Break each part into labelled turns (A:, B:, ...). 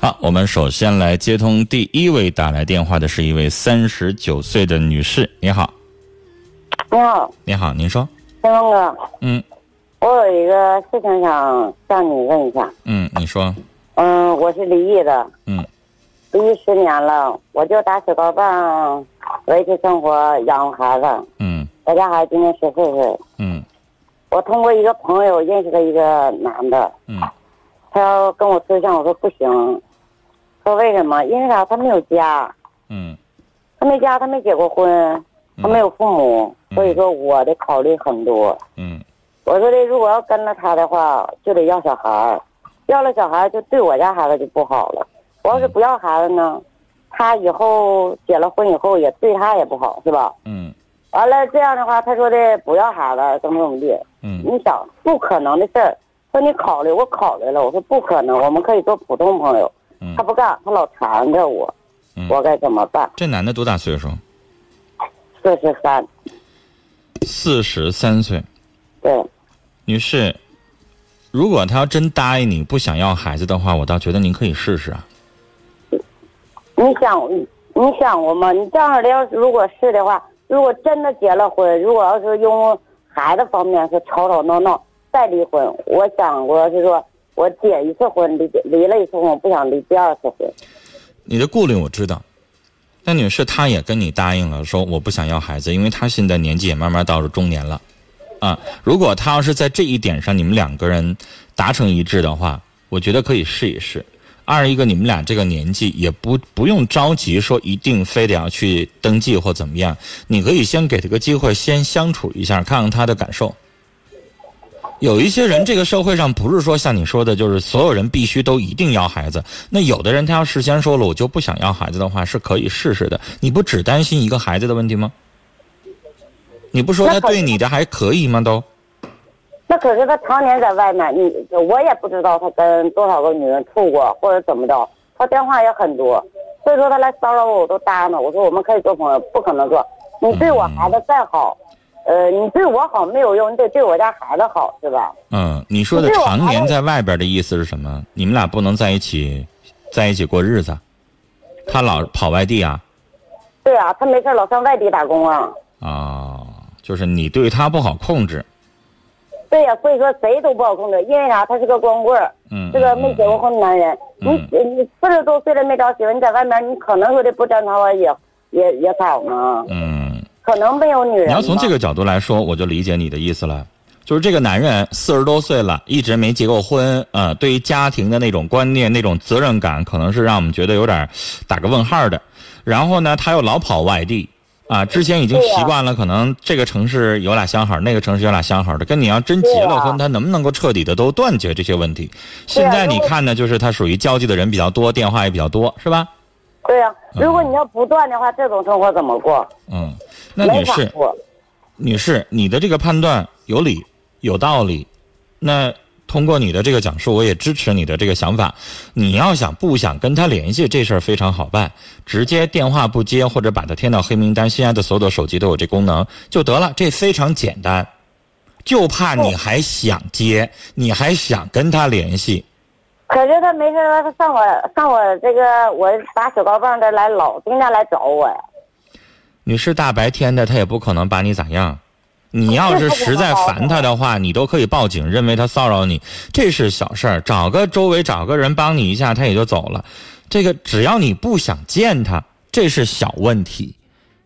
A: 好，我们首先来接通第一位打来电话的是一位三十九岁的女士，你好，
B: 你好，
A: 你好，您说，
B: 天龙哥，
A: 嗯
B: 我有一个事情想向你问一下。
A: 嗯，你说，
B: 嗯，我是离异的，
A: 嗯
B: 离异十年了，我就打雪糕棒维持生活，养活孩子。
A: 嗯
B: 我家孩子今年十四岁，
A: 嗯
B: 我通过一个朋友认识了一个男的，
A: 嗯
B: 他要跟我对象，我说不行，说为什么？因为啥？他没有家，
A: 嗯
B: 他没家，他没结过婚，他没有父母，
A: 嗯
B: 所以说我得考虑很多。
A: 嗯
B: 我说的，如果要跟了他的话，就得要小孩儿，要了小孩儿就对我家孩子就不好了。我要是不要孩子呢，他以后结了婚以后也对他也不好，是吧？
A: 嗯
B: 完了这样的话，他说的不要孩子怎么怎么地，
A: 嗯
B: 你想不可能的事儿。说你考虑，我考虑了，我说不可能，我们可以做普通朋友。
A: 嗯
B: 他，不干，他老缠着我
A: 嗯，
B: 我该怎么办？
A: 这男的多大岁数？
B: 四十三，
A: 四十三岁，
B: 对，
A: 女士，如果他要真答应你不想要孩子的话，我倒觉得您可以试试啊。
B: 你想，你想过吗？你这样的要是如果是的话，如果真的结了婚，如果要是用孩子方面是吵吵闹闹再离婚，我想过是说我结一次婚离离了一次婚，我不想离第二次婚。
A: 你的顾虑我知道，那女士她也跟你答应了，说我不想要孩子，因为她现在年纪也慢慢到了中年了，啊，如果她要是在这一点上你们两个人达成一致的话，我觉得可以试一试。二一个，你们俩这个年纪也不不用着急，说一定非得要去登记或怎么样，你可以先给他个机会，先相处一下，看看他的感受。有一些人，这个社会上不是说像你说的，就是所有人必须都一定要孩子。那有的人他要事先说了我就不想要孩子的话，是可以试试的。你不只担心一个孩子的问题吗？你不说他
B: 那可
A: 对你的还可以吗？都，
B: 那可是他常年在外面，你我也不知道他跟多少个女人处过或者怎么着，他电话也很多，所以说他来骚扰我，我都答应了。我说我们可以做朋友，不可能做。你对我孩子再好，呃，你对我好没有用，你得对我家孩子好，是吧？
A: 嗯，你说的常年在外边的意思是什么？你们俩不能在一起，在一起过日子。他老跑外地啊，
B: 对啊，他没事老上外地打工啊。
A: 啊、就是你对他不好控制。
B: 对呀、所以说谁都不好控制，因为啥？他是个光棍儿，
A: 嗯，
B: 是个没结过婚的男人。你
A: 嗯
B: 你四十多岁了没找媳妇，你在外面你可能说的不沾桃花也也也草吗？
A: 嗯。嗯
B: 可能没有女人。
A: 你要从这。个角度来说，我就理解你的意思了。就是这个男人四十多岁了，一直没结过婚，呃，对于家庭的那种观念、那种责任感，可能是让我们觉得有点儿打个问号的。然后呢，他又老跑外地，啊、之前已经
B: 对呀
A: 习惯了，可能这个城市有俩相好，那个城市有俩相好的。跟你要真结了婚，
B: 对呀啊
A: 他能不能够彻底的都断绝这些问题？
B: 对啊
A: 现
B: 呀
A: 在
B: 如
A: 你
B: 果
A: 看呢，就是他属于交际的人比较多，电话也比较多，是吧？
B: 对呀、如果你要不断的话，这种生活怎么过？
A: 嗯，那
B: 没
A: 女
B: 法
A: 士，
B: 过。
A: 女士，你的这个判断有理有道理，那通过你的这个讲述，我也支持你的这个想法。你要想不想跟他联系，这事儿非常好办，直接电话不接或者把他添到黑名单。现在的所有的手机都有这功能，就得了，这非常简单。就怕你还想接，你还想跟他联系，
B: 可是他没事儿，他上我上我这个我打雪糕棒这儿来老经常来找我呀。
A: 女士大白天的，他也不可能把你咋样。你要是实在烦他的话，你都可以报警，认为他骚扰你，这是小事儿，找个周围找个人帮你一下，他也就走了。这个只要你不想见他，这是小问题。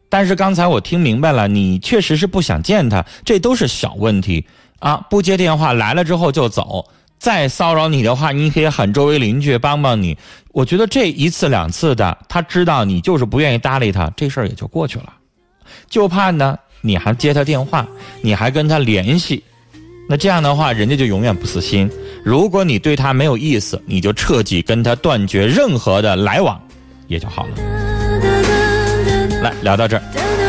A: 但是刚才我听明白了，你确实是不想见他，这都是小问题啊！不接电话来了之后就走，再骚扰你的话，你可以喊周围邻居帮帮你。我觉得这一次两次的，他知道你就是不愿意搭理他，这事儿也就过去了。就怕呢，你还接他电话，你还跟他联系，那这样的话，人家就永远不死心。如果你对他没有意思，你就彻底跟他断绝任何的来往，也就好了。来聊到这儿。
C: 来。